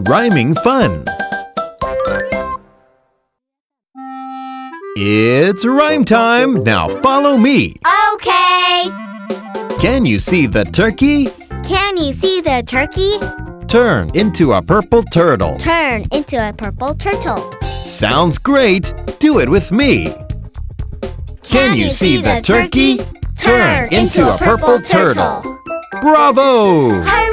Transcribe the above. Rhyming fun. It's rhyme time. Now follow me. Okay. Can you see the turkey? Can you see the turkey? Turn into a purple turtle. Turn into a purple turtle. Sounds great. Do it with me. Can you see the turkey? Turn into a purple turtle. Bravo! Hooray!